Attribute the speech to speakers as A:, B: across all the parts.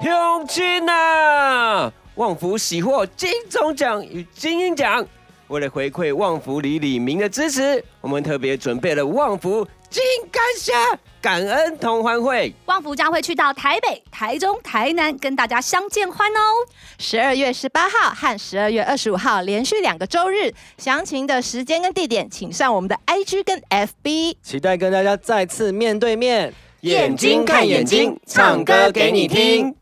A: 乡亲啊！旺福喜获金钟奖与金鹰奖。为了回馈旺福里李明的支持，我们特别准备了旺福金刚虾感恩同欢会。
B: 旺福将会去到台北、台中、台南跟大家相见欢哦。
C: 十二月十八号和十二月二十五号连续两个周日，详情的时间跟地点，请上我们的 IG 跟 FB。
D: 期待跟大家再次面对面。
A: 眼睛看眼睛，唱歌给你听。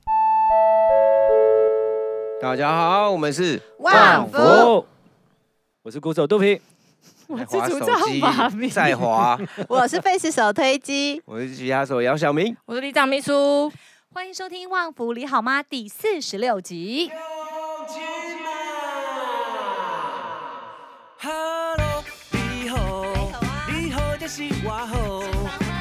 A: 大家好，我们是
C: 旺福
D: 哦，我是鼓手肚皮，
A: 我
C: 是主唱把柄
A: 在滑，
C: 我是 Face 手推机，
A: 我是吉他手姚晓明。
E: 我是李长秘书，
B: 欢迎收听《旺福你好吗》第四十六集。
F: 哈喽，你好，
E: 啊
F: 你好就是我好，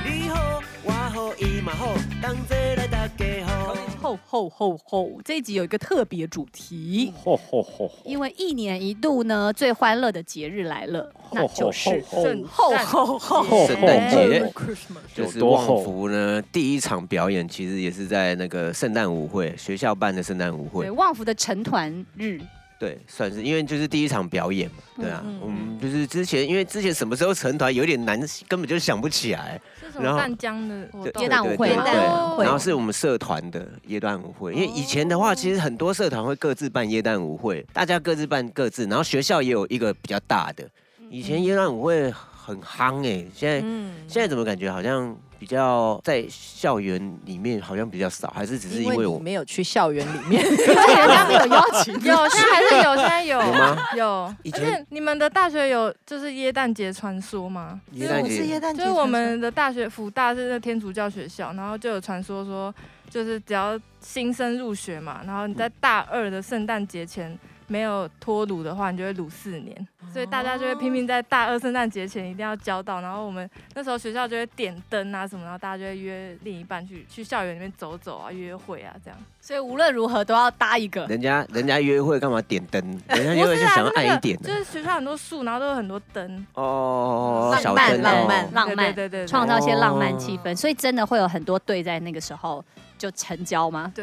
F: 你好我好伊嘛好，同齐来大家好。
E: 吼吼吼吼！这一集有一个特别主题，
D: 吼吼吼吼，
B: 因为一年一度呢，最欢乐的节日来了，那就是
D: 吼吼吼
B: 吼吼吼！
D: 吼
A: 圣诞节
E: Merry 哦 Christmas
A: 哦就是旺福呢，第一场表演其实也是在那个圣诞舞会，学校办的圣诞舞会
B: 对，，旺福的成团日，
A: 对，算是因为就是第一场表演嘛，对啊，
E: 嗯嗯
A: 嗯，就是之前因为之前什么时候成团有点难，根本就想不起来，
E: 是
A: 然后
E: 江的活
A: 对
B: 耶诞舞会
A: 对对
B: 嘛
A: 对
C: 耶诞舞会
A: 然后是我们社团的耶诞舞会，因为以前的话，其实
E: 哦
A: 很多社团会各自办耶诞舞会，大家各自办各自，然后学校也有一个比较大的。以前耶诞舞会很夯哎、现在、
E: 嗯，，
A: 现在怎么感觉好像比较在校园里面好像比较少，还是只是因为
C: 你
A: 我
C: 没有去校园里 面，
B: 因为人家没有邀请
E: 有，现在还是有，现在有
A: 有吗？
E: 有，
A: 以
E: 而
A: 前
E: 且你们的大学有就是耶诞节传说吗？
A: 耶诞节
C: 诞
E: 就是我们的大学辅大是那天主教学校，然后就有传说说，就是只要新生入学嘛，然后你在大二的圣诞节前没有脱乳的话，你就会乳四年，所以大家就会拼命在大二圣诞节前一定要交到。然后我们那时候学校就会点灯啊什么，然后大家就会约另一半去去校园里面走走啊、约会啊这样。
B: 所以无论如何都要搭一个。
A: 人家人家约会干嘛点灯？人家约会
E: 不
A: 是
E: 是啊
A: 想要
E: 那
A: 暗
E: 个
A: 一点的、
E: 就是学校很多树，然后都有很多灯，
A: 哦，
B: 浪
A: 小
B: 漫
A: 灯
B: 浪
A: 哦
B: 漫浪漫
E: 对对对对
B: 创
E: 对，
B: 造一些浪漫气氛，所以真的会有很多队在那个时候就成交吗？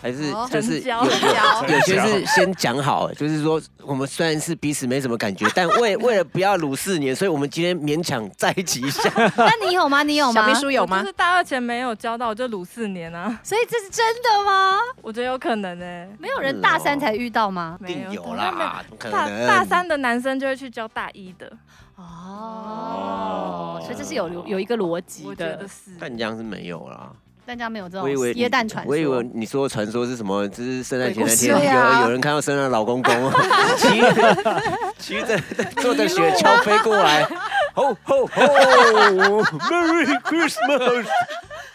A: 还是
C: 哦
A: 就是
E: 成交
A: 有有
E: 成交
A: 有些是先讲好，就是说我们虽然是彼此没什么感觉，但为为了不要鲁四年，所以我们今天勉强在一起一下。
B: 那你有吗？你有吗？
C: 小秘书有吗
E: 我就？是大二前没有交到，我就鲁四年啊，
B: 所以这是真的吗？
E: 我觉得有可能呢、欸
B: 没有人大三才遇到吗？
A: 一
E: 没
A: 定有
E: 但没
A: 啦，怎么可
E: 大
A: 能？
E: 大三的男生就会去教大一的，
B: 哦，所以这是有有一个逻辑
E: 我觉得
B: 的，
E: 是。
A: 但江是没有啦。
B: 但家没有这
A: 我
B: 种
A: 以为你
B: 耶诞传说。
A: 我以为你说的传说是什么？就是圣诞节
C: 鬼
A: 那
C: 故事
A: 天，
C: 啊
A: 有有人看到圣诞老公 公骑骑着坐着雪橇飞过 来，吼吼吼，Merry Christmas！
G: 哦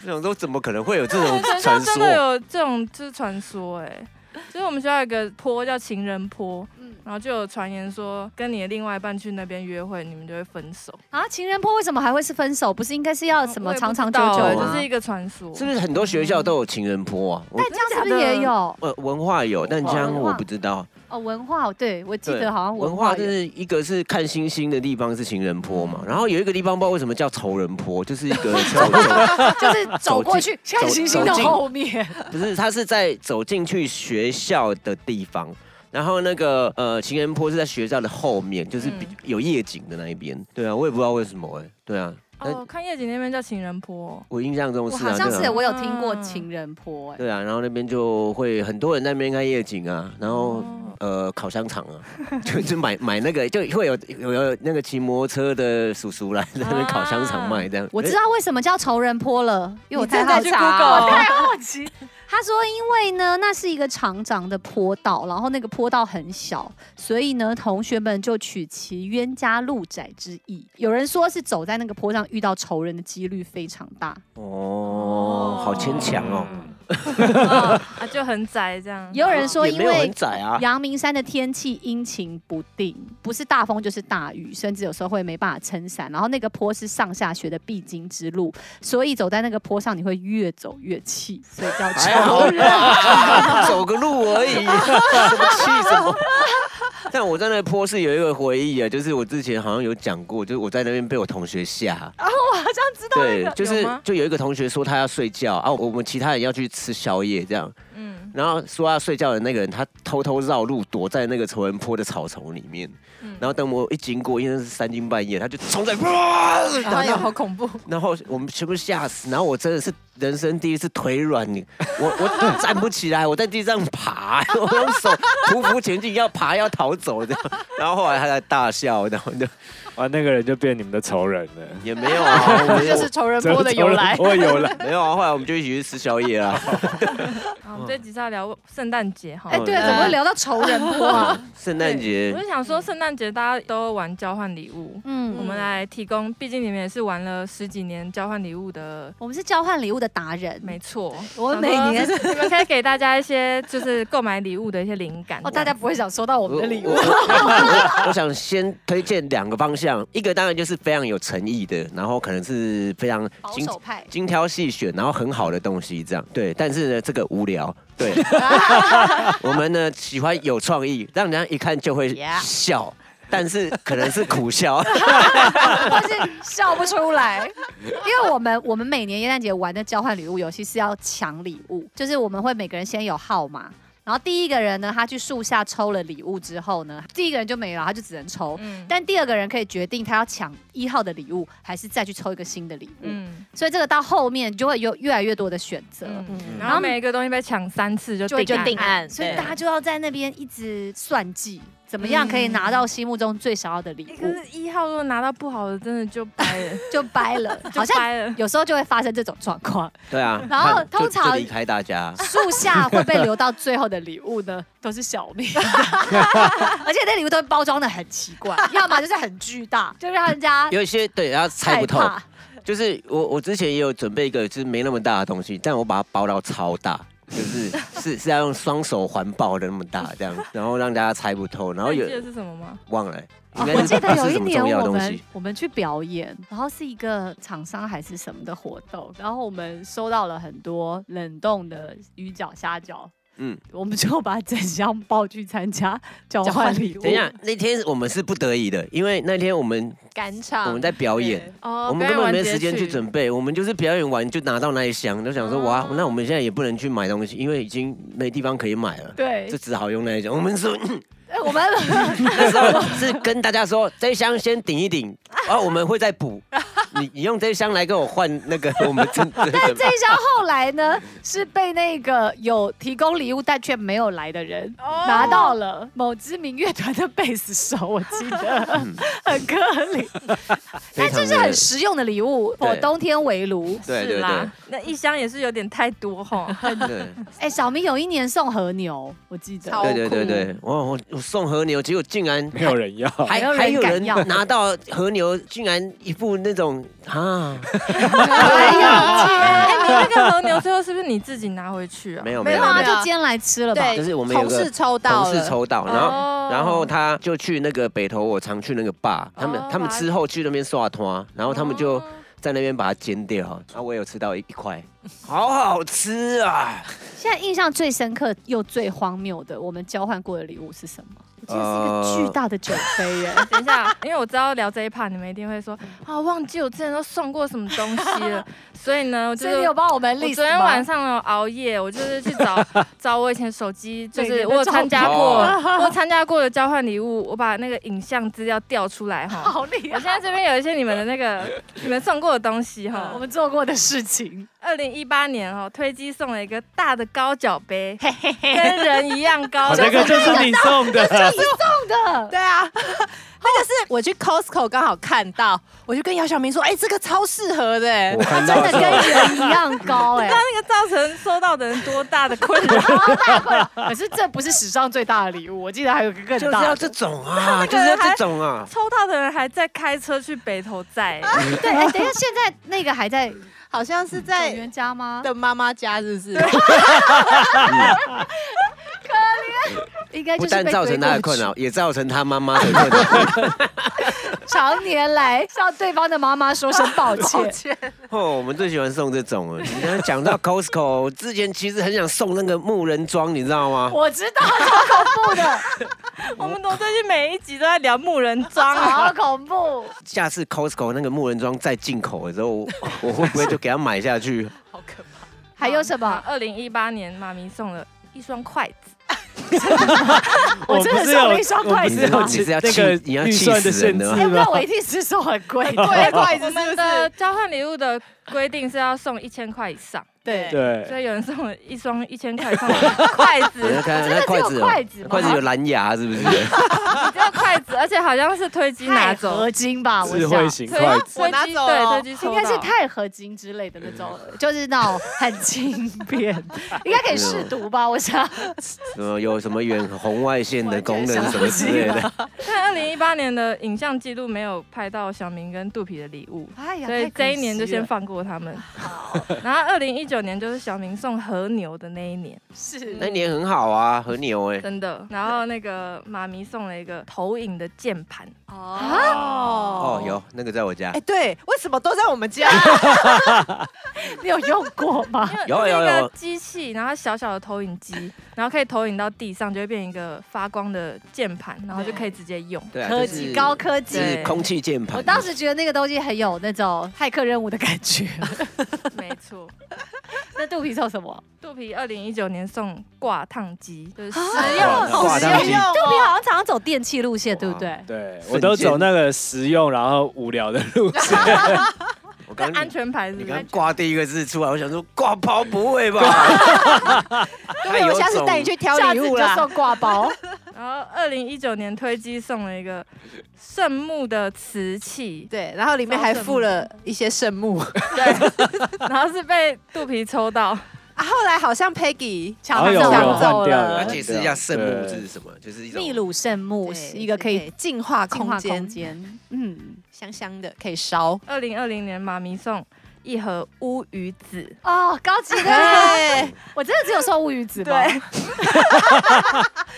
A: 我想说，怎么可能会有这种
E: 学校
A: 传
E: 真的
A: 说？
E: 有这种就是传说哎、 就是我们学校有一个坡叫情人坡，
B: 嗯
E: 然后就有传言说跟你的另外一半去那边约会，你们就会分手。
B: 啊，情人坡为什么还会是分手？不是应该是要什么
E: 我也不
B: 长长
E: 知
B: 久啊
E: 道
B: 久
E: 欸
B: 吗？
E: 就是一个传说。
A: 是不是很多学校都有情人坡啊？我
B: 但江是不是也有？
A: 呃，文化有，但江
B: 文化
A: 我不知道。
B: 哦，文化，对我记
A: 对
B: 得好像
A: 文
B: 文
A: 化
B: 化
A: 就
B: 有。
A: 是一个是看星星的地方是情人坡嘛，然后有一个地方不知道为什么叫仇人坡，就是一 个走走
B: 就是走过去看星星的
A: 走进
B: 后面，
A: 不是，它是在走进去学校的地方。然后那个呃，情人坡是在学校的后面，就是比
E: 嗯
A: 有夜景的那一边。对啊，我也不知道为什么哎、对啊，但
E: 哦，看夜景那边叫情人坡，
A: 我印象中
B: 我
A: 是
B: 好
A: 啊，
B: 像
A: 对
B: 是
A: 啊，
B: 我有听过情人坡，哎，
A: 对啊。然后那边就会很多人在那边看夜景啊，然后呃，烤香肠啊， 就就买买那个，就会有有有那个骑摩托车的叔叔来在那边烤香肠卖这样。
B: 我知道为什么叫仇人坡了，因为我
C: 你
B: 太
C: 正
B: 好奇，
C: 在去 Google
B: 我太
E: 哦
B: 好奇。他说，因为呢，那是一个长长的坡道，然后那个坡道很小，所以呢，同学们就取其冤家路窄之意。有人说是走在那个坡上遇到仇人的几率非常大，
A: 诶哦，好牵强哦，
E: 哦啊，就很窄这样。
B: 也有人说
A: 也
B: 因
A: 没有
B: 为
A: 很窄啊。
B: 阳明山的天气阴晴不定，不是大风就是大雨，甚至有时候会没办法撑伞。然后那个坡是上下学的必经之路，所以走在那个坡上你会越走越气，所以叫
A: 还好
B: 超人。
A: 啦，走个路而已，什么气什么？ 但我在那个坡是有一个回忆啊，就是我之前好像有讲过，就是我在那边被我同学吓，
B: 好像知道
A: 对，就
E: 有
A: 是
E: 吗
A: 就有一个同学说他要睡觉啊，我们其他人要去吃宵夜这样，
E: 嗯，
A: 然后说要睡觉的那个人，他偷偷绕路躲在那个仇人坡的草丛里面。
E: 嗯
A: 然后等我一经过，因为是三更半夜，他就冲在，哇
E: 然后也好恐怖，
A: 然后我们全部吓死。然后我真的是人生第一次腿软，你我 我站不起来，我在地上爬， 我用手匍匐前进，要爬要逃走的。然后后来他在大笑，然后就
G: 啊，那个人就变你们的仇人了。
A: 也没有啊，我 们
B: 这就是仇人波的由 来。
G: 我由来。
A: 没有啊。后来我们就一起去吃宵夜啊 啦。
E: 好我们这集是要聊圣诞节哈
B: 哎，。
A: 哦
B: 对啊，怎么会聊到仇人波啊？
A: 圣诞节
E: 我就想说，圣诞节大家都玩交换礼物，
B: 嗯，
E: 我们来提供，毕竟你们也是玩了十几年交换礼物的，
B: 我们是交换礼物的达人，
E: 没错。
B: 我们
E: 想
B: 每
E: 说
B: 年
E: 你们可以给大家一些就是购买礼物的一些灵感。
B: 哦，大家不
E: 嗯
B: 会想收到我们的礼物
A: 我。我我想先推荐两个方向，一个当然就是非常有诚意的，然后可能是非常
B: 保
A: 精
B: 守派，
A: 精挑细选，然后很好的东西这样。对，但是呢，这个无聊。对， 我们呢喜欢有创意，让人家一看就会
C: Yeah
A: 笑。但是可能是苦笑，
B: 但是笑不出来，因为我们我们每年耶诞节玩的交换礼物游戏是要抢礼物，就是我们会每个人先有号码。然后第一个人呢，他去树下抽了礼物之后呢，第一个人就没了，他就只能抽。
E: 嗯
B: 但第二个人可以决定他要抢一号的礼物，还是再去抽一个新的礼物。
E: 嗯，
B: 所以这个到后面就会有越来越多的选择。
C: 嗯
E: 然后每一个东西被抢三次就
B: 就会
E: 定
B: 就
E: 案
B: 定
C: 案
B: 所以
C: 对
B: 大家就要在那边一直算计，怎么样可以拿到心目中最想要的礼
E: 欸嗯可
B: 物，
E: 是一号如果拿到不好的，真的就掰 了，
B: 就掰了。好
E: 就
B: 像
E: 掰了。
B: 有时候就会发生这种状况，
A: 对啊，
B: 然后
A: 看就
B: 通常
A: 就离开大家，
B: 树下会被留到最后的礼物呢， 都是小命，而且那礼物都会包装的很奇怪，要么就是很巨大，就让人家
A: 有一些对，然后猜
B: 害
A: 不透。
B: 怕。
A: 就是我我之前也有准备一个，就是没那么大的东西，但我把它包到超大，就是 是是要用双手环抱的那么大这样，然后让大家猜不透，然后
E: 那你
A: 有
E: 记得是什么吗？
A: 忘了、应该
B: 啊我记得有一
A: 是不是什么重
B: 年
A: 要的
B: 我
A: 东
B: 们
A: 西。
B: 我们去表演，然后是一个厂商还是什么的活动，然后我们收到了很多冷冻的鱼饺、虾饺，
A: 嗯，
B: 我们就把整箱抱去参加交
C: 交换
B: 换礼物。
A: 等一下，那天我们是不得已的，因为那天我们
C: 赶场
A: 我们在表演，
E: 哦
A: 我们根本没时间去准备，我们就是表演完就拿到那一箱，就想说哇
E: 哦，
A: 那我们现在也不能去买东西，因为已经没地方可以买了。
B: 对
A: 就，只好用那一箱。我们说
B: 哎 我们
A: 那时候是跟大家说，这一箱先顶一顶，然后我们会再补。你你用这一箱来跟我换那个，我们真的
B: 但这一箱后来呢，是被那个有提供礼物但却没有来的人。
E: 哦
B: 拿到了某知名乐团的贝斯手，我记得 很可怜，
A: 嗯非
B: 但
A: 常
B: 这是
A: 的
B: 很实用的礼物，我
A: 对
B: 冬天围炉。
A: 对
E: 是
A: 对
E: 啦
A: 对，
E: 那一箱也是有点太多哈。
A: 对。
B: 哎、小明有一年送和牛，我记得。
C: 超
A: 对对对对，我我我送和牛，结果竟然
G: 没有人要，
A: 还
B: 没有人
A: 还有
B: 敢
A: 人
B: 要
E: 啊
A: 拿到和牛，竟然一副那种啊，
E: 哎，你那个和牛最后是不是你自己拿回去啊？
A: 没有
C: 没
A: 没
B: 没
A: 有
B: 有
C: 啊
B: 啊，
A: 没
B: 就今天来吃了吧。
C: 对，
A: 就是我们有
C: 同
A: 个
C: 事抽
A: 有，
C: 到
A: 同事
C: 了，
A: 抽到，然后
E: 哦
A: 然后他就去那个北投，我常去那个坝，他们
E: 哦
A: 他们
E: 把它
A: 之后去那边刷团，然后他们就
E: 哦
A: 在那边把它煎掉，然后我有吃到一一块，好好吃啊！
B: 现在印象最深刻又最荒谬的，我们交换过的礼物是什么？我记得是一个
A: 呃
B: 巨大的酒杯耶。
E: 等一下，因为我知道聊这一趴，你们一定会说
B: 嗯
E: 啊，忘记我之前都送过什么东西 了，所以呢，我就
B: 所
E: 是
B: 以你有帮我们
E: 我
B: list
E: 昨天
B: 吗
E: 晚上有熬夜，我就是去 找找我以前手机，就
B: 每
E: 是
B: 天
E: 我有
B: 的照片
E: 参加过，
A: 哦
E: 我有参加过的交换礼物，我把那个影像资料调出来哈。
B: 好厉
E: 我
B: 害，
E: 现在这边有一些你们的那个你们送过的东西哈
B: 我。们做过的事情，
E: 二零一八年哈，推机送了一个大的高脚杯，跟人一样高，
G: 好那个就是你送的，
B: 真的。
C: 对啊， 那个是我去 Costco 刚好看到，我就跟姚晓明说，哎、这个超适合的、哎
G: 我看
B: 真
G: 到
B: 的
G: 之
B: 跟
G: 后，
B: 人一样 高哎、
E: 你知道那个造成收到的人多大的困扰？
B: 可是这不是史上最大的礼物，我记得还有一
A: 就
B: 个更
A: 是要
B: 大
A: 这
B: 的。
A: 种啊，就是要这种啊。
E: 抽到的人还在开车去北投 载，
B: 对，哎、等一下，现在那个还在
C: 好像是
B: 在
C: 在
B: 原家吗？
C: 的妈妈家，是不是？
B: 应该就
A: 不
B: 是被
A: 但造成
B: 归
A: 他的
B: 过
A: 困
B: 去
A: 扰，也造成他妈妈的困扰。
B: 常年来向对方的妈妈说声抱歉。
A: 哦，我们最喜欢送这种了。你刚才讲到 Costco，我之前其实很想送那个牧人装，你知道吗？
B: 我知道，超恐怖的，
E: 我们从最近每一集都在聊牧人装啊。
B: 好恐怖。
A: 下次 Costco 那个牧人装再进口的时候，我我会不会就给他买下去？
B: 还有什么？
E: 二零一八年，妈咪送了一双筷子。
B: 我真的
D: 不是
B: 送了
D: 有
B: 一双
D: 我不
B: 筷
D: 是
B: 子
D: 有
B: 吗
A: 其实要
D: 那
A: 气
D: 个
A: 你要
D: 预
A: 气
D: 算的
A: 死人
D: 限
A: 的
D: 制
A: 吗
B: 哎，不然
D: 吗？
B: 我一定是说很贵，
C: 对，筷子
E: 我
C: 是不
E: 们的
C: 是？
E: 交换礼物的规定是要送一千块以上，
C: 对，
E: 所
D: 对，
E: 以有人送我一双一千块以上的筷
A: 你要
E: 子，
A: 看
B: 真的
A: 那
B: 是
A: 筷
B: 有
A: 子哦
B: 筷子吗
A: 筷子有蓝牙是不 是？
E: 只有筷子，而且好像是推机拿
B: 钛
E: 走
B: 合，金吧，我
G: 智慧
B: 想。
G: 型
E: 推
G: 筷子，
C: 我
E: 推
C: 拿
E: 机
C: 走了
E: 对推机
B: 应
E: 抽
B: 该是
E: 到。
B: 钛合金之类的那种，就是那种很轻便，应该可以试毒吧？我想，
A: 什么有什么远红外线的功能什么之类的？
E: 但二零一八年的影像记录没有拍到小明跟肚皮的礼物，
B: 哎呀
E: 所以这一年就先
B: 放
E: 放过他们。 然后二零一九年就是小明送和牛的那一年，
B: 是
A: 那年很好啊，和牛哎，
E: 真的。然后那个妈咪送了一个投影的键盘，
A: 哦
C: 哦
A: 有那个在我家
C: 哎，，对，为什么都在我们 家？
B: 你有用过吗？
A: 有
E: 它
A: 有
E: 是一
A: 有
E: 个机器，然后小小的投影机，然后可以投影到地上，就会变一个发光的键盘，然后就可以直接用。
A: 对啊，
B: 科
A: 就
B: 技
A: 是
B: 高科技
A: 就，是空气键盘。
B: 我当时觉得那个东西很有那种骇客任务的感 觉。
E: 没错。
B: 那肚皮 送什么？
E: 肚皮二零一九年送挂烫机，就是
A: 实
E: 实
A: 用
E: 用。
C: 哦
A: 好
C: 啊
A: 实用
B: 肚皮好像常常走电器路线，对不对？
G: 对
A: 瞬
G: 我都
A: 间
G: 走那个实用然后无聊的路 线，
A: 我刚
E: 跟安全牌是
A: 你
E: 不
A: 刚
E: 是？
A: 挂第一个字出来，我想说挂包不会 吧？
C: 对，我下次带你去挑
B: 啊下
C: 礼
B: 次就
C: 物啦。
B: 送挂 包，
E: 然后二零一九年推机送了一个圣木的瓷器，
C: 对，然后里面还附了一些圣 木
E: 对，然后是被肚皮抽到，
C: 啊。后来好像 Peggy
B: 抢
G: 有
B: 走
G: 有
B: 了
C: 抢走
G: 换掉
A: 我
G: 了
A: 要
C: 了，
A: 解释一下圣木是什么，就是一种
B: 秘鲁圣木
C: 对
B: 是一个可以
C: 净化
B: 净化
C: 空
B: 空
C: 间，
B: 间，嗯，
C: 香香的，可以烧。
E: 二零二零年妈咪送一盒乌鱼子，
B: 哦，高级的，
C: 对，
B: 我真的只有送乌鱼子吗？
C: 对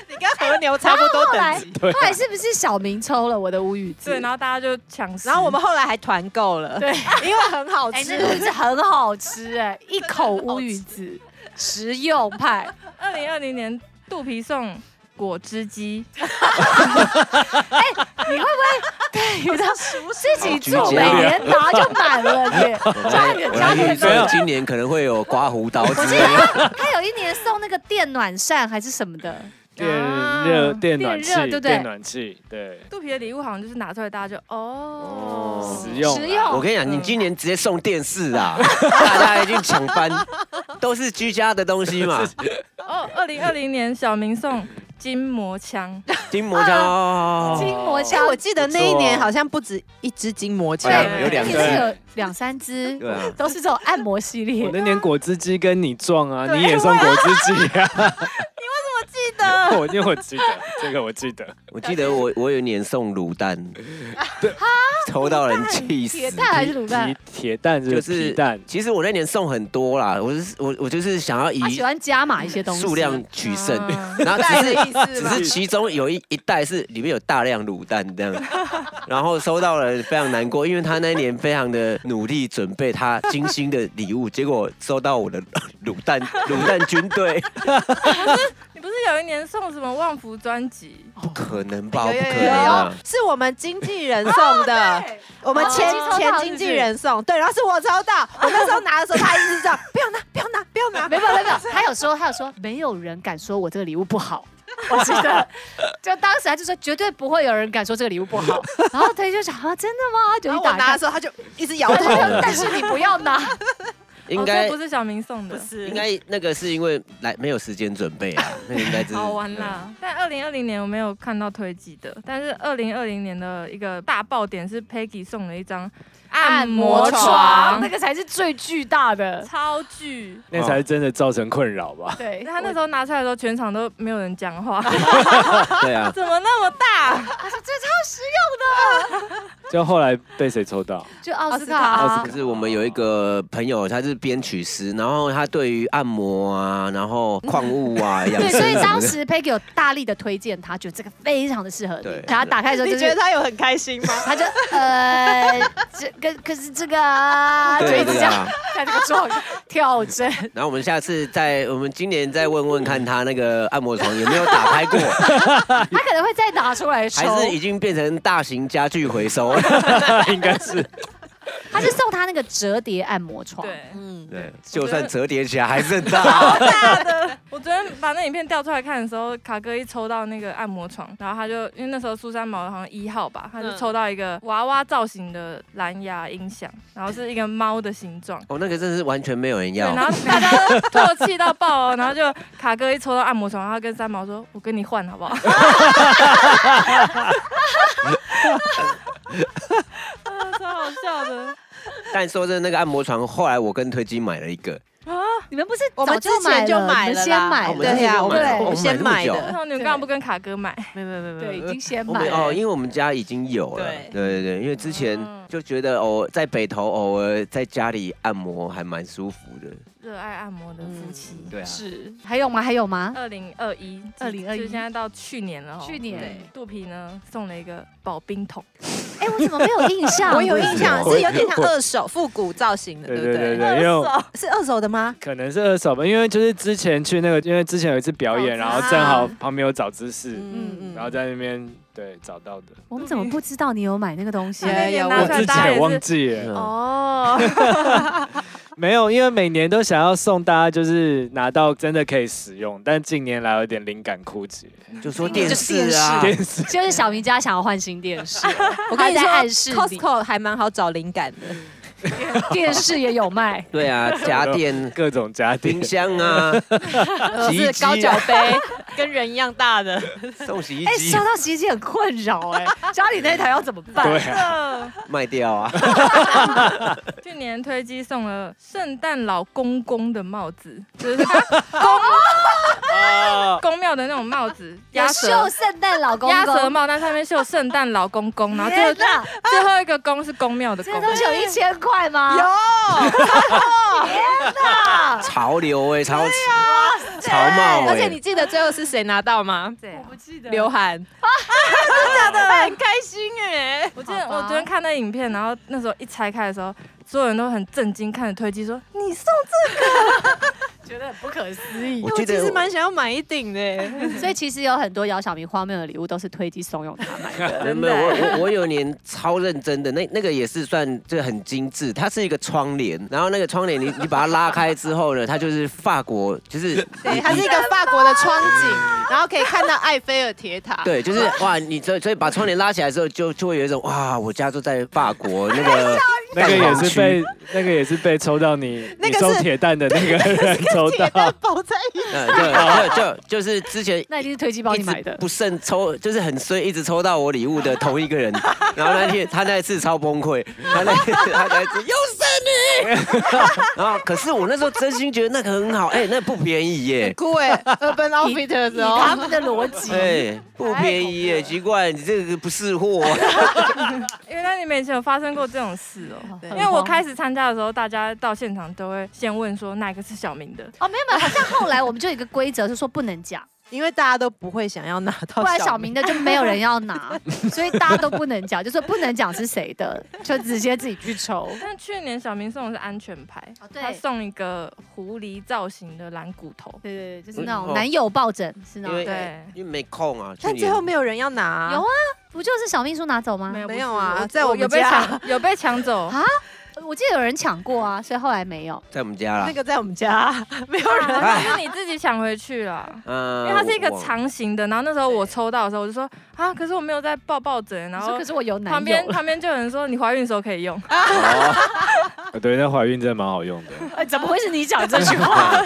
C: 你跟和牛差不多
B: 后来
C: 等级。
B: 后来是不是小明抽了我的乌鱼子？
E: 对，然后大家就抢食，
C: 然后我们后来还团购了，
B: 对，
C: 因为很好
B: 哎，
C: 吃
B: 那。个鱼子很好吃哎，一口乌鱼子，实用派。
E: 二零二零年肚皮送果汁机，
B: 你会不会对？自己
A: 好啊
B: 做，
A: 局
B: 每
A: 限
B: 年拿就满了 耶。加一点，
A: 我
B: 加
A: 来
B: 一点
A: 预
B: 东西。
A: 测今年可能会有刮胡刀之
B: 我记
A: 类
B: 得
A: 的。
B: 他他有一年送那个电暖扇还是什么的，
G: 电
E: 啊
G: 热电暖
B: 电热对
G: 气
B: 不对
G: 电暖气，对，
E: 肚皮的礼物好像就是拿出来大家就哦，
G: 实用啊
B: 实
G: 啦
B: 用
A: 我跟你讲，你今年直接送电视啊，大家已经抢翻，都是居家的东西嘛，
E: 哦，二零二零年小明送筋膜 枪，
A: 筋膜枪哦，
B: 筋膜
C: 哎，
B: 枪
C: 我记得那一年好像不止一支筋膜枪，
A: 对有
B: 而
A: 两
B: 且
A: 个
B: 是有两三只，
A: 对啊，
B: 都是这种按摩系
G: 我
B: 列。
G: 那年果汁机跟你撞啊，你也送果汁机啊，你 为什么记得？我因为我记得这个，我记得
A: 我记得我我有一年送卤蛋，抽到人气死
B: 铁。蛋还是卤蛋
G: 皮？铁蛋就
A: 就是是哦
G: 皮蛋，
A: 其实我那年送很多啦，我是我我就是想要以
B: 他喜欢加码一些东西，
A: 数量取胜，
E: 啊
A: 然后
C: 带
A: 只
C: 的
A: 是
C: 意思
A: 只
C: 吧？
A: 是其中有一一袋是里面有大量卤蛋这样，然后收到了非常难过，因为他那一年非常的努力准备他精心的礼物，结果收到我的卤蛋 卤蛋军队，
E: 你不是有一年送什么旺福专辑？
A: 不可能吧？
C: 有
A: 哦不
C: 有
A: 可
C: 有
A: 能
C: 有
A: 啊！，
C: 是我们经纪人送的，我们前
B: 哦抽到
C: 前
B: 是不是
C: 经纪人送，对，然后是我抽到， 我那时候拿的时候，他一直这样，不要拿，不要拿，不要 拿，
B: 没有没有没有，他有说他有说没有人敢说我这个礼物不好。 我记得，就当时他就说绝对不会有人敢说这个礼物 不好，然后他就想啊真的吗？就
C: 然
B: 一
C: 后我
B: 打
C: 拿
B: 开
C: 的，时候，他就一直摇头，
B: 但是你不要 拿，
A: 应该
E: 哦这不是小明送的，
C: 是
A: 应该那个是因为来没有时间准备啊，那个应该是
E: 好玩。啊啦。但二零二零年我没有看到推机的，但是二零二零年的一个大爆点是 Peggy 送了一张按摩床，
B: 那个才是最巨大的。
E: 超巨。
G: 那才真的造成困扰吧？
B: 对，
A: 哎
E: 他那时候拿出来的时候，全场都没有人讲话，
A: 对啊，
E: 怎么那么 大？
B: 他说这超实
G: 就后来被谁抽到？
B: 用，就奥斯卡
C: 奥
B: 啊
A: 可是我们有一个朋友，他是编曲师，然后他对于按摩啊，然后矿物啊、养
B: 对，
A: 生
B: 所以
A: 什么
B: 当
A: 的，
B: 时 Peggy 有大力的推荐他，觉得这个非常的适合你
A: 对。
B: 然后打开的时候
C: 你
B: 就
C: 觉得
B: 是，
C: 他有很开心吗？
B: 他就呃，这个可是这个啊，就
A: 对
B: 一直
A: 对
B: 这样
A: 啊。
B: 在那个状跳 针，
A: 然后我们下次再，我们今年再问问看他那个按摩床有没有打开过，
B: 他可能会再拿出来抽
A: 还。是已经变成大型家具回收？
G: 应该是
B: 他是送他那个折叠按摩床，
E: 对，
C: 嗯，
A: 对，就算折叠起来还是很大。
E: 我昨天把那影片调出来看的时候，卡哥一抽到那个按摩床，然后他就因为那时候苏珊毛好像一号吧，他就
C: 嗯
E: 抽到一个娃娃造型的蓝牙音响，然后是一个猫的形状。
A: 哦，那个真是完全没有人
E: 对，
A: 要
E: 然。后大家都唾弃到爆哦，然后就卡哥一抽到按摩床，然后他跟三毛说：“我跟你换好不 好？”啊超好笑的，
A: 但说真的，那个按摩床，后来我跟推机买了一个，
B: 你们不是
C: 我们
B: 早就
C: 之
B: 买
C: 前就
B: 了，
C: 买
B: 你
C: 了
B: 们
C: 啦，
A: 哦我们先
B: 先买啊了，买了
C: 对呀，我们我们先买
A: 哦我们买这么
E: 然
C: 的，
E: 后你们干嘛不跟卡哥买？
C: 没有没有没有
B: 对，已经先
A: 我
B: 买
A: 没哦，
B: 了。
A: 因为我们家已经有了。
C: 对
A: 对对对，因为之前
E: 嗯
A: 就觉得偶在北投偶尔在家里按摩还蛮舒服的。
E: 热爱按摩的
G: 嗯
E: 夫妻。
A: 对啊，
C: 是
B: 还有吗？还有吗？
E: 二零二一，
B: 2021
E: 就现在到去年了哦。啊
B: 去年，
E: 肚皮呢送了一个保冰桶，
B: 哎，我怎么没有印象？
C: 我有印象，是有点像
G: 我
C: 二手复古造型的，
G: 对
C: 不
G: 对对
C: 对？
G: 对，因为我
C: 是二手的吗？
G: 可能是二手吧，因为就是之前去那个，因为之前有一次表演，然后正好旁边有找姿势，
C: 嗯
G: 然后在那边对找到的，
B: 我们怎么不知道你有买那个东西
C: 有？
E: 那
C: 有
E: 年拿
G: 我
E: 出来
G: 自己
E: 大家也
G: 也忘
E: 是
G: 记
A: 嗯
G: 了。
E: 哦，
G: 没有，因为每年都想要送大家，就是拿到真的可以使用，但近年来有点灵感枯竭，
A: 就说
C: 今
A: 电
C: 年就
A: 视
C: 电
A: 啊，
G: 电视
B: 就是小明家想要换新电 视，
C: 我跟你
B: 他在暗
C: 说
B: 示你
C: ，Costco 还蛮好找灵感 的，
B: 电视也有卖。
A: 对啊，家电、
G: 各种家电
A: 冰，箱啊，洗衣
C: 呃是高
A: 机
C: 脚
A: 啊，
C: 杯，跟人一样大的。
A: 送洗衣
B: 哎，
A: 机
B: 收到洗衣机很困扰 哎，家里那台要怎么办？
G: 对啊，
A: 卖掉啊。
E: 去年推机送了圣诞老公公的帽子，就是
G: 啊
E: 公庙的那种帽 子，
B: 有
E: 鸭
B: 秀
E: 舌
B: 圣诞老公公，
E: 鸭舌帽，但上面绣圣诞老公公，然后最
B: 天
E: 后
B: 哪，
E: 最后一个公是公庙的
B: 这
E: 公
B: 个，东西有一千块吗？有，啊
A: 潮流哎、潮
G: 啊
A: 潮帽
C: 而
A: 哎、
C: 且你记得最后是谁拿到吗？
E: 对啊
B: 记得
C: 刘涵啊， 真的假的？很开心哎，
E: 我记得我昨天看那影片，然后那时候一拆开的时候，所有人都很震惊，看着推机说你送
C: 觉得很不可思议
A: 我
C: 我
A: 记
C: 其
A: 得
C: 实蛮想要买一顶的。
B: 所以其实有很多姚小明荒谬的礼物都是推机怂 恿他买的。
A: 没有没有，我我我有年超认真的，那那个也是算就很精致，它是一个窗帘，然后那个窗帘你 你把它拉开之后呢，它就是法国，就是
C: 对，它是一个法国的窗景，然后可以看到埃菲尔铁塔。
A: 对，就是哇，你所以所以把窗帘拉起来之后，就就会有一种哇，我家就在法国那个
G: 那个也是被那个也是被抽到你
C: 那
G: 你
C: 个是
G: 收铁蛋的那个人抽
C: 铁蛋
G: 到，
C: 包在 一起，
A: 呃，就就就是之前
B: 那一定是推机帮
A: 一
B: 你
A: 直
B: 买的。
A: 不慎抽，就是很衰，一直抽到我礼物的同一个人。然后那天他那一次超崩溃，他那他那一次又是你。然后可是我那时候真心觉得那个很好，哎、那不便宜耶。
C: 酷哎，Urban
B: 以
C: Outfit 的时候，
B: 他们的逻辑，
A: 哎，不便宜耶，奇怪，你这个不是货、
E: 原来你们以前有发生过这种事哦。
C: 对
E: 因为我开始参加的时候，大家到现场都会先问说哪个是小明 的，
B: 哦，没有没有，好像后来我们就有一个规则是说不能讲，
C: 因为大家都不会想要拿
B: 不
C: 到
B: 然小
C: 小
B: 明
C: 明。
B: 的就没有人要拿，所以大家都不能讲，就说不能讲是谁的，就直接自己去抽。
E: 但去年小明送的是安全牌，
C: 哦
B: 对
E: 他送一个狐狸造型的蓝骨头，
B: 对对对，就是那种男友抱枕，是那
A: 嗯哦因
B: 种
A: 为。
E: 对，
A: 因为没空啊。去
C: 但
A: 年
C: 最后没有人要拿，
B: 有啊，不就是小秘书拿走吗？
E: 有
C: 没
E: 不
C: 有
E: 是
C: 啊在我们
E: 有被
C: 家
E: 抢有被抢 走
B: 啊，我记得有人抢过啊，所以后来没有。
A: 在我们家啦
C: 那。个在我们 家没有人。
E: 但是你自己抢回去了。因
A: 嗯
E: 为它是一个
A: 我
E: 长形的，然后那时候我抽到的时候，我就说啊，可是我没有在抱抱枕，然
B: 我说
E: 后
B: 可是我有男
E: 旁
B: 友
E: 边
B: 了，
E: 旁边就有人说你怀孕的时候可 以用，
G: 哦对，那怀孕真的蛮好用的，
B: 哎怎么会是你讲这句 话？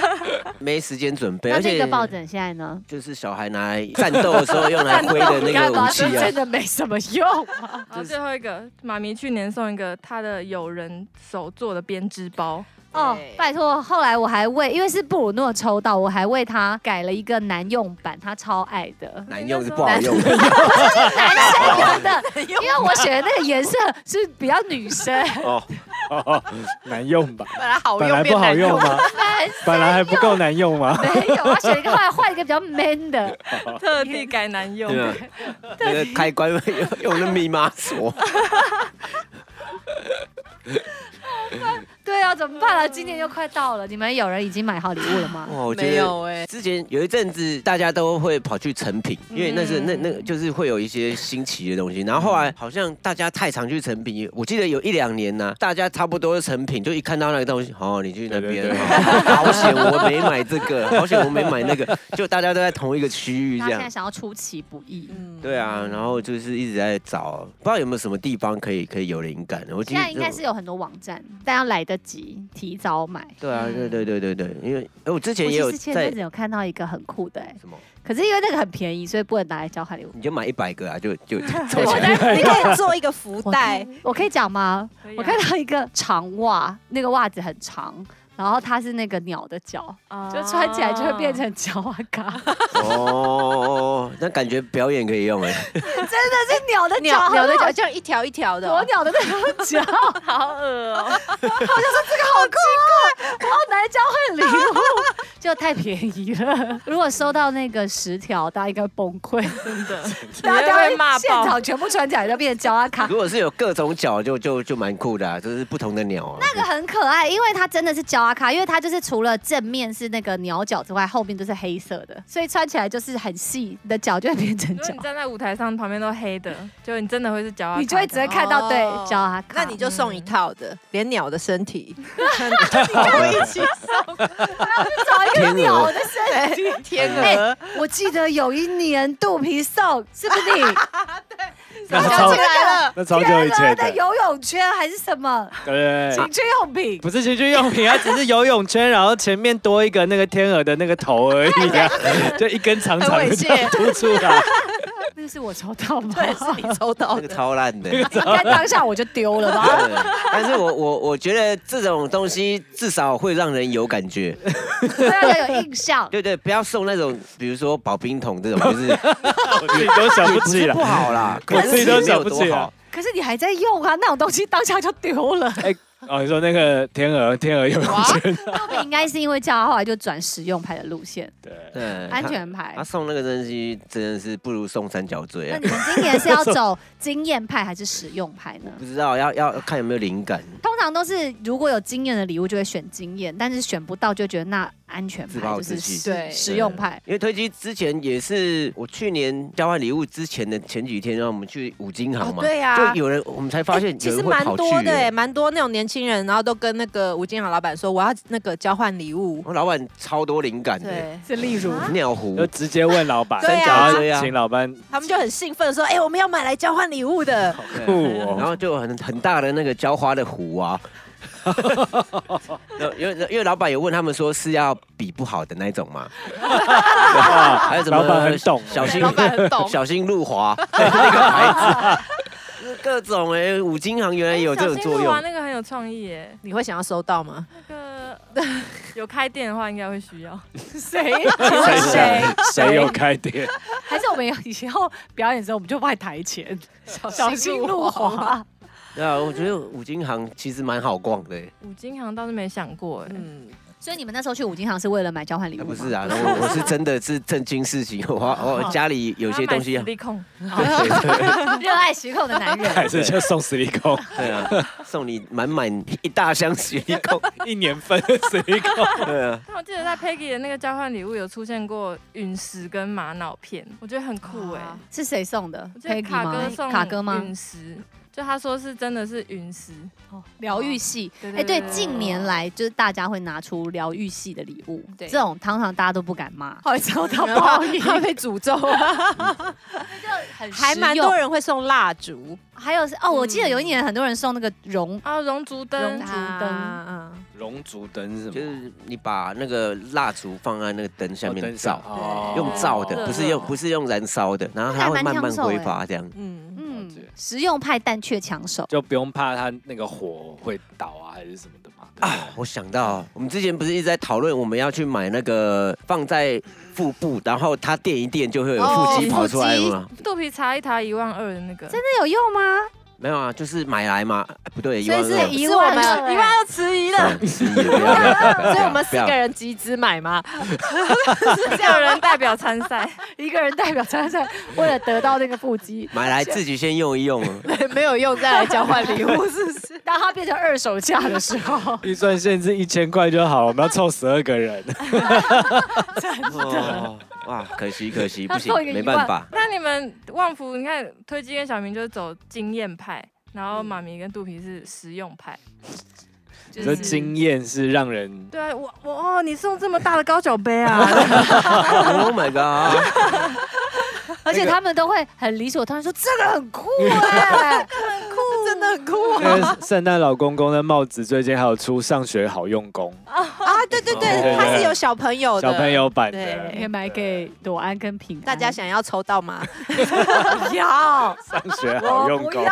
A: 没时间准备，
B: 那
A: 而
B: 那
A: 且
B: 个抱枕现在呢？
A: 就是小孩拿来战斗的时候用来挥 的那个
B: 干
A: 武
B: 嘛
A: 器啊
B: 真。的没什么用啊。
E: 然后最后一个妈咪去年送一个她的友人手做的编织包，
B: 哦
C: 对，
B: 拜托！后来我还为，因为是布鲁诺抽到，我还为他改了一个男用版，他超爱
A: ，
B: 的
A: 难用是不好用的，
B: 男生用的，因为我选的那个颜色是比较女生，
G: 哦哦，难用吧？
C: 本来好
G: 本来
C: 用
G: 不
C: 变
G: 好
C: 难
G: 用吗？本来还不够难 用吗？
B: 没有，我选一个，后来换一个比较 man 的，
A: 哦
E: 特地改男用。
A: 对啊，那个开 关用用那密码锁。
B: 对啊，怎么办啊？今年又快到了，你们有人已经买好礼物了吗？
A: 哦哇，我觉
H: 没
A: 得
H: 有
B: 欸
H: 哎、
A: 之前有一阵子，大家都会跑去成品，因为那是那
E: 嗯
A: 那就是会有一些新奇的东西。然后后来好像大家太常去成品，我记得有一两年呢、大家差不多是成品，就一看到那个东西，哦，你去那边，
G: 对对对
A: 哦好险我没买这个，好险我没买那个，就大家都在同一个区域
B: 他
A: 这
B: 现
A: 样
B: 在。想要出其不意，
H: 嗯，
A: 对啊，然后就是一直在找，不知道有没有什么地方可以可以有灵感。我记
B: 现
A: 得
B: 在应该是有很多网站，但要来得及，提早买。
A: 对啊，对对对对对，因为哎我之前
B: 嗯我
A: 也
B: 其
A: 有
B: 实前阵
A: 在
B: 子有看到一个很酷的、欸，
A: 什么，
B: 可是因为那个很便宜，所以不能拿来交换礼物。
A: 你就买一百个啊，就 就
B: 我
A: 凑起来。
C: 你可以做一个福袋，
A: 嗯
B: 我可以讲吗？
E: 可以啊
B: 我看到一个长袜，那个袜子很长，然后它是那个鸟的脚，就穿起来就会变成脚袜嘎，
A: 哦，那感觉表演可以用哎。
B: 真的是鸟的 脚，
C: 鸟
B: 好
C: 鸟
B: 不
C: 的
B: 好
C: 脚，这样一条一条的
B: 鸵
C: 哦。
B: 鸟的那种脚，
E: 啊好恶哦、
B: 好酷啊！我要拿来交换礼物，就太便宜 了。如果收到那个十条，大家应该崩溃，
E: 真的，
B: 大家
E: 你会被骂爆
B: 现场全部穿起来就变成脚袜卡。
A: 如果是有各种脚，就就就蛮酷的、啊，就是不同的鸟啊。
B: 这个很可爱，因为它真的是脚阿卡，因为它就是除了正面是那个鸟脚之外，后面都是黑色的，所以穿起来就是很细，你的脚就会变成
E: 如果
B: 脚
E: 你，站在舞台上，旁边都黑的，就你真的会是脚，
B: 你就会直接看到对
H: 哦
B: 脚阿卡。
H: 那你就送一套的，连鸟的身 体，
B: 找一个鸟 的身体。
H: 对天
B: 哎
H: 鹅，
B: 我记得有一年肚皮瘦，是不是你？
G: 那
H: 我想
G: 超
H: 起来了，
G: 那超久以
B: 的
G: 前的，
B: 啊游泳圈还是什么
G: 对，
A: 哎
B: 情趣用品？
G: 不是情趣用品，它只是游泳圈，然后前面多一个那个天鹅的那个头而已啊，就一根长长
H: 很
G: 的
H: 猥亵
G: 凸出 来。
B: 那个是我抽到吗？
H: 对，是你抽到
A: 那个
H: 的。
A: 超烂的。对
B: 应该当下我就丢 了吧。
A: 但是我我我觉得这种东西至少会让人有感觉，
B: 对啊，要有印象。
A: 对对，不要送那种比如说保冰桶这种，就是
G: 我自己都想不起来
A: 不。好啦，
G: 我自己
A: 可
G: 都
A: 能是没
G: 想
A: 有
G: 不啊
A: 多
G: 起来
A: 好。。
B: 可是你还在用啊，那种东西当下就丢了。
G: 哦，你说那个天鹅，天鹅游泳圈，
B: 后面应该是因为这样，后来就转实用牌的路线，
G: 对，
A: 对，
B: 安
A: 他。
B: 全牌
A: 他。送那个东西真的是不如送三角锥
B: 那
A: 啊
B: 你！们今年是要走经验派还是实用派 呢？
A: 不知道要要看有没有灵感，
B: 通常都是如果有经验的礼物就会选经验，但是选不到就觉得那安全
A: 自暴
B: 牌就
A: 自
B: 是
A: 弃
B: 实
H: 对
B: 实用派。
A: 因为推机之前也是我去年交换礼物之前的前几天，然后我们去五金行嘛，
H: 哦对啊哎
A: 就有人我们才发现
H: 其
A: 有
H: 实
A: 人会
H: 蛮
A: 跑去
H: 多的
A: 欸
H: 哎，蛮多那种年轻人，然后都跟那个吴金行老板说，我要那个交换礼物。
A: 我老板超多灵感的，
H: 对，
B: 是例如
A: 尿壶
G: 就直接问老板，
H: 对啊
G: 然
A: 对啊
G: 后请老板
H: 他们就很兴奋地说，哎，我们要买来交换礼物的。
A: 对
G: 雇
A: 然
G: 我。
A: 后就很很大的那个浇花的壶 啊。因为因为老板有问他们说是要比不好的那一种 嘛，还有什么
G: 老板很懂
A: 小心
H: 老板很 懂，
A: 小心路滑那个牌子，各种哎，五金行原来有这种作用
E: 玩，啊那个很有创意耶，
H: 你会想要收到吗？
E: 那个 有开店的话应该会需要。
B: 谁？
G: 谁谁有开店？
B: 还是我们以后表演的时候我们就放在台前，小心路滑。
A: 对啊，我觉得五金行其实蛮好逛的，欸
E: 五金行倒是没想过哎，
H: 嗯，
B: 所以你们那时候去五金行是为了买交换礼
A: 啊
B: 物？
A: 不是，啊，我我是真的是震惊事情，我我家里有些 东西
E: 要
A: 啊
E: 力控，
B: 热爱实控的男 人。
G: 还是就送十里空，
A: 对啊，送你满满一大箱雪莉控，
G: 一年份的十里空。
A: 对啊，
E: 但我记得在 Peggy 的那个交换礼物有出现过陨石跟玛瑙片，我觉得很酷哎。
B: 是谁送的
E: 我记得
B: ？Peggy
E: 卡哥
B: 吗？
E: 送嗯
B: 卡哥吗？哦
E: 陨石，就他说是真的是陨石，
B: 疗愈系，
E: 哦对
B: 哎，对，近年来就是大家会拿出疗愈系的礼物，
H: 对
B: 这种通常大家都不敢骂，
H: 好抽到
B: 报应
H: 怕被诅咒啊！
B: 很
H: 还蛮多。人会送蜡烛、
B: 还有是
E: 嗯
B: 哦，我记得有一年很多人送那个绒，
E: 啊，熔烛
B: 熔
E: 灯
B: 烛，
H: 啊，
G: 龙族灯是什么？
A: 就是你把那个蜡烛放在那个灯下面照，
G: 哦
A: 用照的，
E: 哦
A: 不是用不是用燃烧的，然后它会慢慢挥发这样。
H: 嗯嗯，
B: 嗯
G: 了解，
B: 实用派但却抢手。
G: 就不用怕它那个火会倒啊，还是什么的嘛。，
A: 啊，我想到我们之前不是一直在讨论我们要去买那个放在腹部，然后它电一电就会有腹肌
H: 哦
A: 跑出来
H: 腹肌
A: 吗？
E: 肚皮查一查一万二的那个，
B: 真的有用吗？
A: 没有啊，就是买来嘛，哎不对，一
B: 所
A: 万
B: 以
A: 二
B: 是
A: 不
B: 一
H: 是我
B: 万
H: 们
B: 二，
H: 一万二迟 疑了，
A: 是一万二，
H: 所以
A: 所
H: 我们四个人集资买吗？
E: 一个人代表参赛，
B: 一个人代表参赛，为了得到那个腹肌，
A: 买来自己先用一 用，啊
H: 没有用再来交换礼 物，是不是？
B: 当它变成二手价的时候
G: 预算限制一千块就好，我们要凑十二个人。
A: 哦哇，可惜可惜，
B: 他
A: 不行
B: 送一个，
A: 没
B: 一万
A: 办法，
E: 那你们旺福，你看推机跟小明就是走经验派，然后妈咪跟肚皮是实用派。
G: 你说经验是让人
E: 对啊，我我哦，你送这么大的高脚杯啊，
A: Oh my god！
B: 而且他们都会很理所当然说这个很酷哎，
H: 真的很酷啊
G: 那个圣诞老公公的帽子最近还有出上学好用功，
H: 啊！对对对，
G: 哦
H: 它是有小朋
C: 哦
H: 友的，
G: 小朋友版的，
H: 对
B: 可以买给朵安跟平安，
H: 大家想要抽到吗？
B: 要，
G: 上学好用功。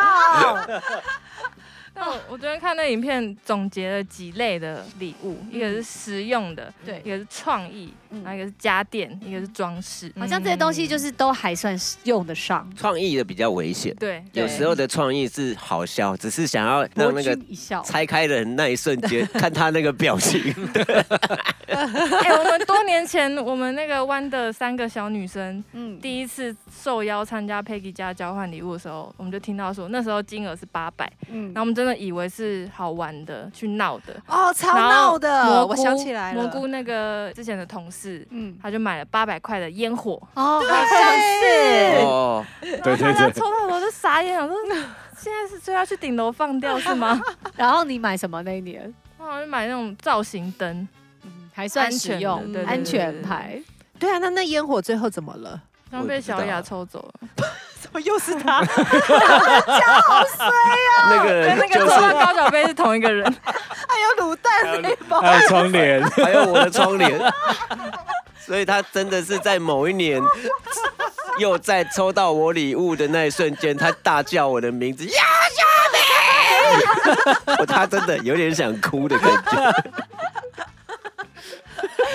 E: 那我我昨天看那影片，总结了几类的礼物，一个是实用的，
B: 对
E: 一个是创意，
B: 嗯
E: 然后一个是家电，一个是装饰。嗯
B: 好像这些东西就是都还算是用得上，
A: 创意的比较危险，
E: 对，
A: 有时候的创意是好笑，只是想要让
B: 博
A: 那个
B: 君一笑。
A: 拆开的那一瞬间，看他那个表情，
E: 哎、我们多年前，我们那个湾的三个小女生
B: 嗯，
E: 第一次受邀参加 Peggy 家交换礼物的时候，我们就听到说，那时候金额是八百，
B: 嗯
E: 然后我们真的以为是好玩的，去闹的，
H: 哦，超
E: 然后
H: 闹的，
E: 蘑菇
H: 我想起来了，
E: 蘑菇那个之前的同事，
B: 嗯，
E: 他就买了八百块的烟火，
B: 哦，
H: 对，
A: 哦，
G: 对对
E: 他
G: 对，
E: 抽到我就傻眼， 我说现在是最要去顶楼放掉是吗？
B: 然后你买什么那一年？
E: 我好像买那种造型灯，
B: 嗯还算
E: 安全
B: 实
E: 的
B: 用
E: 对，对
B: 安
E: 对
B: 全
E: 对
B: 牌。
H: 对啊，那那烟火最后怎么了？
E: 然后被小雅抽走了。
H: 怎么又是他？
A: 那个
E: 跟那
A: 就是
E: 个抽到高脚杯是同一 个人，
H: 还有卤蛋那一包，
G: 还有窗帘，
A: 还有我的窗帘， 所以他真的是在某一年，又在抽到我礼物的那一瞬间，他大叫我的名字呀，小美，我 他真的有点想哭的感觉。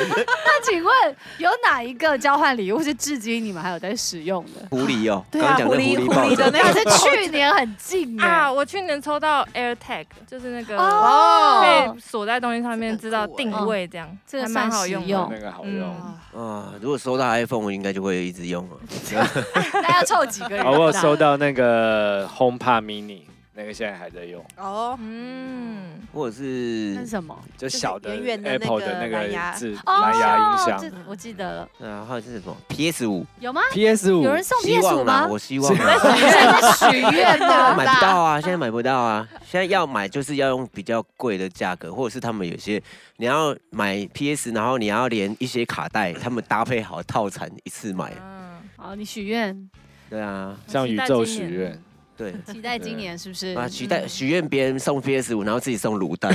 B: 那请问有哪一个交换礼物是至今你们还有在使用 的？
A: 狐狸哦，
H: 对
A: 刚
H: 啊
A: 刚讲的
H: 狐
A: 狐
H: 狸
A: 狸
H: 狐
A: 抱
H: 狸的
A: 枕，
H: 那
B: 但
H: 个
B: 是去年很近
E: 啊，
B: 啊，
E: 我去年抽到 AirTag，就是那个
B: 哦
E: 被锁在东西上面，
H: 这
E: 知
H: 个
E: 道
H: 很酷欸
E: 定位这样，
B: 这个
E: 还蛮好用
B: 算实用
E: 的。
G: 那个好用。
E: 嗯
A: 啊，如果收到 iPhone，我应该就会一直用了。
B: 大家凑几个人？啊
G: 好，我有收到那个 HomePod Mini，那个现在还在用，
H: 哦，
E: 嗯，
A: 或者是
B: 那是什么？
G: 就小的
H: 就是圆圆的那个
G: Apple 的那
H: 蓝牙
G: 个字
B: 哦
G: 蓝牙音
B: 这
G: 箱。
B: 我记得了，
A: 然后啊是什么 PS 五？
B: 有吗？
G: PS 五
B: 有人送
A: 希
B: PS 五
A: 望啦，
B: 吗？
A: 我希望啦。
B: 现在是许 愿的，
A: 买不到啊，现在买不到啊，现在要买就是要用比较贵的价格，或者是他们有些你要买 PS，然后你要连一些卡带，他们搭配好套餐一次买。
E: 嗯
B: 好，你许愿，
A: 对啊，
G: 向宇宙许愿，
A: 对
B: 期待今年是不是？嗯
A: 啊，许待许愿别人送 PS 五，然后自己送卤蛋，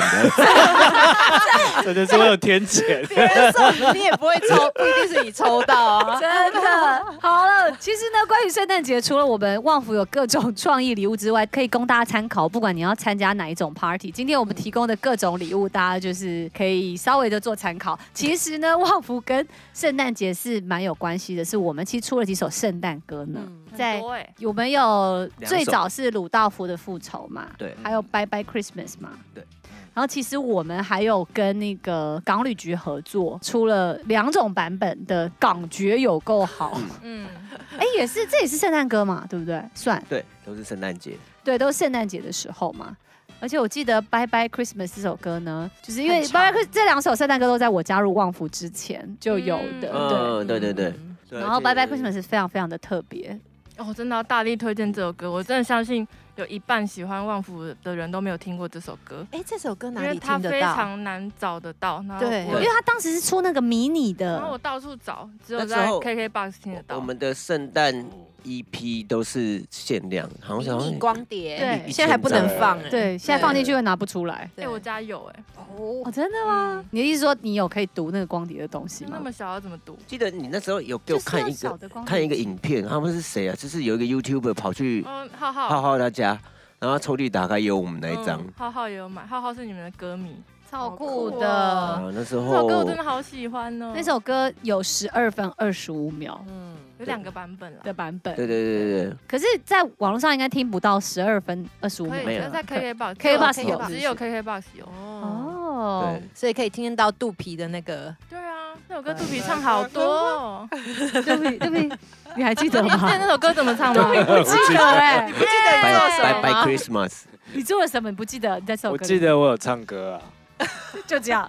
G: 真的是我有天谴。
H: 别人送你也不会抽，不一定是你抽到啊。
B: 真的好了，其实呢，关于圣诞节，除了我们旺福有各种创意礼物之外，可以供大家参考。不管你要参加哪一种 party，今天我们提供的各种礼物，大家就是可以稍微的做参考。其实呢，旺福跟圣诞节是蛮有关系的，是我们其实出了几首圣诞歌呢。
C: 嗯
B: 在
E: 很多欸
B: 我们有
A: 两首
B: 最早是鲁道夫的复仇嘛，
A: 对
B: 还有 Bye Bye Christmas 嘛，
A: 嗯对。
B: 然后其实我们还有跟那个港旅局合作，出了两种版本的《港觉有够好》，
E: 嗯，
B: 哎，也是这也是圣诞歌嘛，对不对？算
A: 对，都是圣诞节。
B: 对，都是圣诞节的时候嘛。而且我记得《Bye Bye Christmas》这首歌呢，就是因为
H: 很
B: 《
H: 长
B: Bye Bye Christmas》这两首圣诞歌都在我加入旺福之前就有的，
E: 嗯
B: 对。
A: 嗯，对对对。对
B: 然后《Bye Bye
A: 而且
B: Christmas》是非常非常的特别，
E: 我哦真的要大力推荐这首歌，我真的相信有一半喜欢旺福的人都没有听过这首歌，
H: 哎，这首歌
E: 因
H: 哪
E: 为
H: 里
E: 它
H: 听得
E: 非
H: 到？
E: 常难找得到。然后
H: 对
B: 因
E: 我
B: 为他当时是出那个迷你
E: 然后我
B: 的，
E: 到处找，只有
A: 那时
E: 在
A: 候
E: KKBOX 听得
A: 我
E: 到。
A: 们的圣诞 EP 都是限量，好像好
H: 迷
A: 像
H: 你光碟，
B: 对
A: 一
H: 现在还不能放哎。
B: 对，现在放进去会拿不出来。
E: 哎、我家有哎、
B: 哦，真的吗？你的意思说你有可以读那个光碟的东西
E: 就那
B: 吗？
E: 么小要怎么读？
A: 记得你那时候有给
B: 就
A: 我
B: 是
A: 看
B: 要
A: 一
B: 小
A: 个
B: 的光碟
A: 看一个影片，他们是谁啊？就是有一个 YouTuber 跑去
E: 嗯，浩浩
A: 浩浩他家，然后抽屉打开有我们那一张。
E: 嗯浩浩也有买，浩浩是你们的歌迷，
B: 超
E: 酷
B: 酷
E: 哦
B: 的。
A: 啊，那时
E: 这首歌我
A: 候
E: 真的好喜欢哦。
B: 那首歌有十二分二十五秒
H: 嗯，
E: 有两个版本啦，
B: 的版
A: 对对
B: 本，
A: 对对
B: 可是在网络上应该听不到十二分二十五
E: 可
B: 秒
E: 以，
A: 没有
E: 就在 KKBOX
B: 可以 KKBOX
E: 有
B: 有
E: 只有 KKBOX 有。
H: 哦，
B: 哦
A: 对。，
H: 所以可以听得到肚皮的那个，
E: 对啊，那首歌肚皮唱好多哦。
B: 对不起，对 不起，你还记得
E: 你记得
B: 吗？
E: 那首歌怎么唱吗？
B: 不记得哎，
A: 不记得
E: 你做什么
A: 拜拜
H: 啊
E: 吗
A: Christmas，
B: 你做了什么？你不记得？你在首
G: 我
B: 歌
G: 记
B: 里
G: 得我有唱歌啊，
B: 就这样，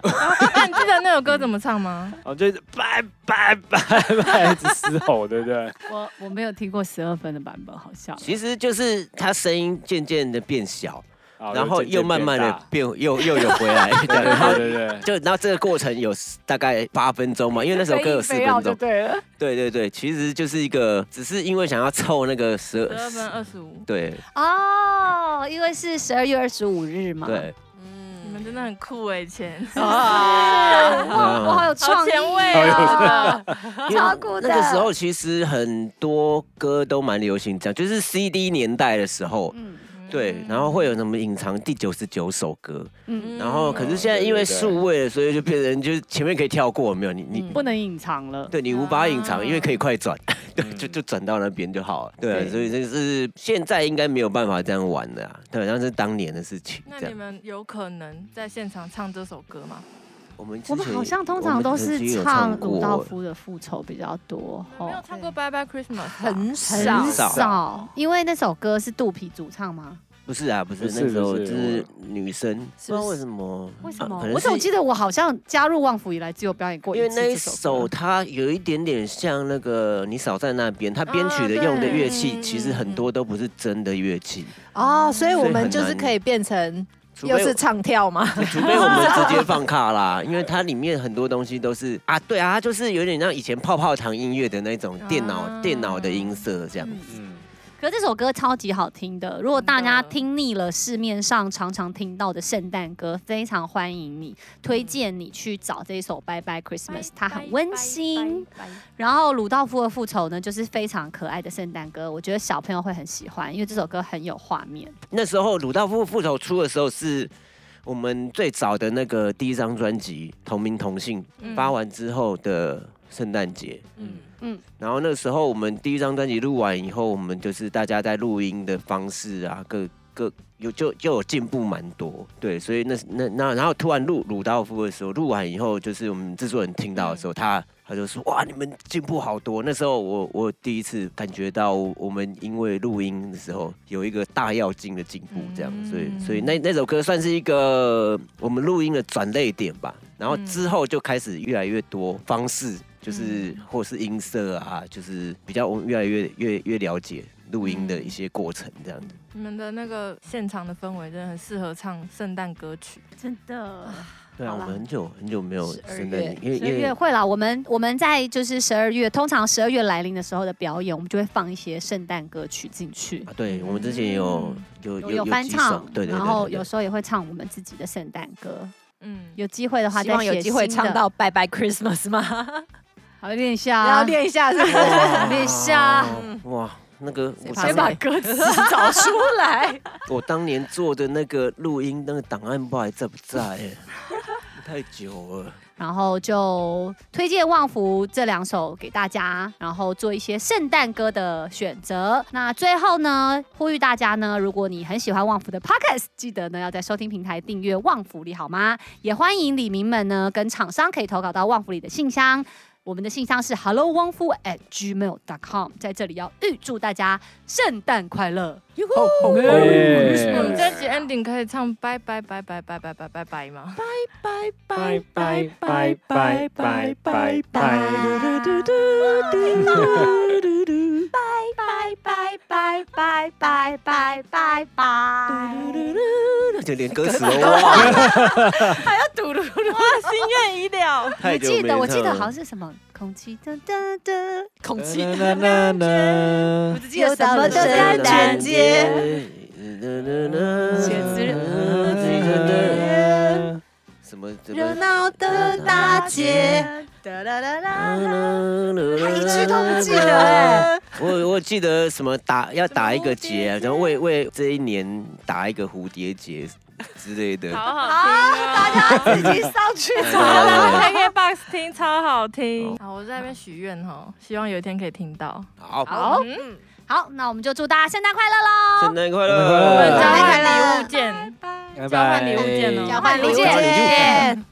E: 那你记得那首歌怎么唱吗？
G: 我就一直拜拜拜拜，一直嘶吼，对不对？
B: 我我没有听过十二分的版本，好像
A: 其实就是他声音渐渐的变小，
G: 好
A: 然后
G: 渐渐
A: 又慢慢
G: 变
A: 的
G: 大
A: 变，又又有回 来，这样
G: 对
A: 然后
G: 对对对，
A: 就然后这个过程有大概八分钟嘛，因为那首歌有四
B: 非要
A: 分
B: 啊就
A: 钟，
B: 对了。
A: 哦对对对，其实就是一个，只是因为想要凑那个十
E: 十二分
A: 二，
E: 二十五，
A: 对
B: 哦，因为是十二月二十五日嘛。
A: 对，
H: 嗯，
E: 你们真的很酷哎，以前
B: 啊，哇，我好有
E: 好
B: 创意
E: 前卫
B: 啊
E: 啊！
A: 因为
B: 超酷的。
A: 那个时候其实很多歌都蛮流行这样，就是 CD 年代的时候，
B: 嗯
A: 对，然后会有什么隐藏第九十九首歌，
B: 嗯，
A: 然后可是现在因为数位了，所以就变成就是前面可以跳过，没有你你。
B: 不能隐藏了。
A: 对你无法隐藏，
E: 啊
A: 因为可以快转， 对，
G: 嗯
A: 就就转到那边就好了。对啊，
B: 对
A: 所以就是现在应该没有办法这样玩的啊，对，那是当年的事情。
E: 那
A: 这
E: 你
A: 样，
E: 们有可能在现场唱这首歌吗？
A: 我们之
B: 我们
A: 前
B: 好像通
A: 我
B: 常
A: 们
B: 都
A: 曾经
B: 是
A: 有
B: 唱
A: 过
B: 鲁道夫的复仇比较多，
E: 没有
B: 哦，
E: 唱过《Bye Bye Christmas》，
H: 很少
B: 很
A: 少
B: 少，因为那首歌是肚皮主唱吗？
A: 不是啊，不是
G: 不是
A: 那时候
G: 不
A: 就是是女生，
H: 是
A: 不知
H: 不
A: 道
H: 是
A: 为什么，
B: 为什么
A: 啊可？能
B: 我
A: 是
B: 总记得我好像加入旺福以来只有表演过
A: 因为
B: 一次
A: 那一
B: 这
A: 首
B: 首歌。
A: 它有一点点像那个你少在那边，它编曲的
E: 啊
A: 用的
E: 对
A: 乐器
E: 嗯
A: 其实很多都不是真的乐器，
H: 哦，所以我
A: 所以很
H: 们就是
A: 难
H: 可以变成
A: 除
H: 又
A: 非
H: 是唱跳吗？
A: 除非我们直接放卡啦，因为它里面很多东西都是啊，对啊，它就是有点像以前泡泡糖音乐的那种电脑、
E: 啊
A: 电脑的音色这样子。
G: 嗯，
B: 可是这首歌超级好听的，如果大家
E: 真的
B: 听腻了市面上常常听到的圣诞歌，非常欢迎你，推荐你去找这一首《Bye Bye Christmas》，它很温馨。。然后鲁道夫的复仇呢，就是非常可爱的圣诞歌，我觉得小朋友会很喜欢，因为这首歌很有画面。
A: 那时候鲁道夫复仇出的时候是。我们最早的那个第一张专辑同名同姓
E: 嗯
A: 发完之后的圣诞节，
H: 嗯，
A: 然后那时候我们第一张专辑录完以后，我们就是大家在录音的方式啊，各各有就就有进步蛮多，对，所以那那那然后突然录鲁道夫的时候，录完以后，就是我们制作人听到的时候，他他就说哇，你们进步好多。那时候我我第一次感觉到我们因为录音的时候有一个大跃进的进步，这样，所以所以那那首歌算是一个我们录音的转泪点吧。然后之后就开始越来越多方式，就是或是音色啊，就是比较我们越来越越越了解录音的一些过程这样子。
E: 你们的那个现场的氛围真的很适合唱圣诞歌曲，
B: 真的，
A: 对啊，
B: 好
A: 我
B: 啦
A: 们很久很久没有
H: 12
A: 圣诞
H: 月，
A: 因为
B: 十
A: 因
B: 二月
A: 为
B: 会啦，我们我们在就是十二月，通常十二月来临的时候的表演，我们就会放一些圣诞歌曲进去
A: 啊，，对我们之前有有
B: 有翻
A: 几首
B: 唱，
A: 对对对，
B: 然后
A: 对
B: 有时候也会唱我们自己的圣诞歌。
E: 嗯，
B: 有机会的话，
H: 希
B: 再
H: 望有
B: 写
H: 机会
B: 新
H: 唱
B: 的，
H: 到《拜拜 Christmas》吗？
B: 好练一下，
H: 要，练一下，是不是？
B: 练一
A: 哦
B: 下，
A: 哇，那个我
H: 谁
B: 先把
A: 当
B: 歌词找出来。
A: 我当年做的那个录音那个档案，不知道还在不在、欸？ 太久了，
B: 然后就推荐《旺福》这两首给大家，然后做一些圣诞歌的选择。那最后呢，呼吁大家呢，如果你很喜欢《旺福》的 Podcast，记得呢要在收听平台订阅《旺福》里好吗？也欢迎李民们呢跟厂商可以投稿到《旺福》里的信箱。我们的信箱是 hello 旺夫 at gmail dot com，在这里要预祝大家圣诞快乐！哟吼
E: 我们
G: 耶
E: 这集 ending 可以唱拜拜拜拜拜拜拜拜拜吗？
H: 拜
G: 拜拜拜拜拜拜拜。
H: 拜拜拜拜拜拜拜
A: 哎
H: 拜。
A: 那就连歌词都忘了，
H: 心愿已了，
A: 太
B: 我
A: 久没
B: 记得，我记
A: 唱
B: 得
A: 了
B: 好像是什么空气哒哒哒，
H: 空气
G: 啦啦啦啦
B: 我只记得什
H: 又到
B: 么
H: 了
B: 哒哒
H: 圣
B: 哒
H: 诞节
B: 写词
A: 人什么怎么
H: 热闹的大街，哒啦啦啦啦，
A: 他
B: 一句都不记得哎。
A: 我我记得什么打要打一个结啊，然后为为这一年打一个蝴蝶结，
I: 之类的。
E: 好好听啊！
B: 大家哎自己上去
E: 我在
B: 查。
E: KK Box 听超好听。好，我在那边许愿哈，希望有一天可以听到。
I: 好，
B: 好，
E: 嗯，
B: 好，那我们就祝大家圣诞快乐喽！
A: 圣诞快
D: 圣诞快
E: 交
A: 乐
D: 乐！
E: 换礼物见，
D: 拜
E: 交换礼物
D: 拜
E: 见哦。
B: 换礼物
A: 交换礼物
B: 见。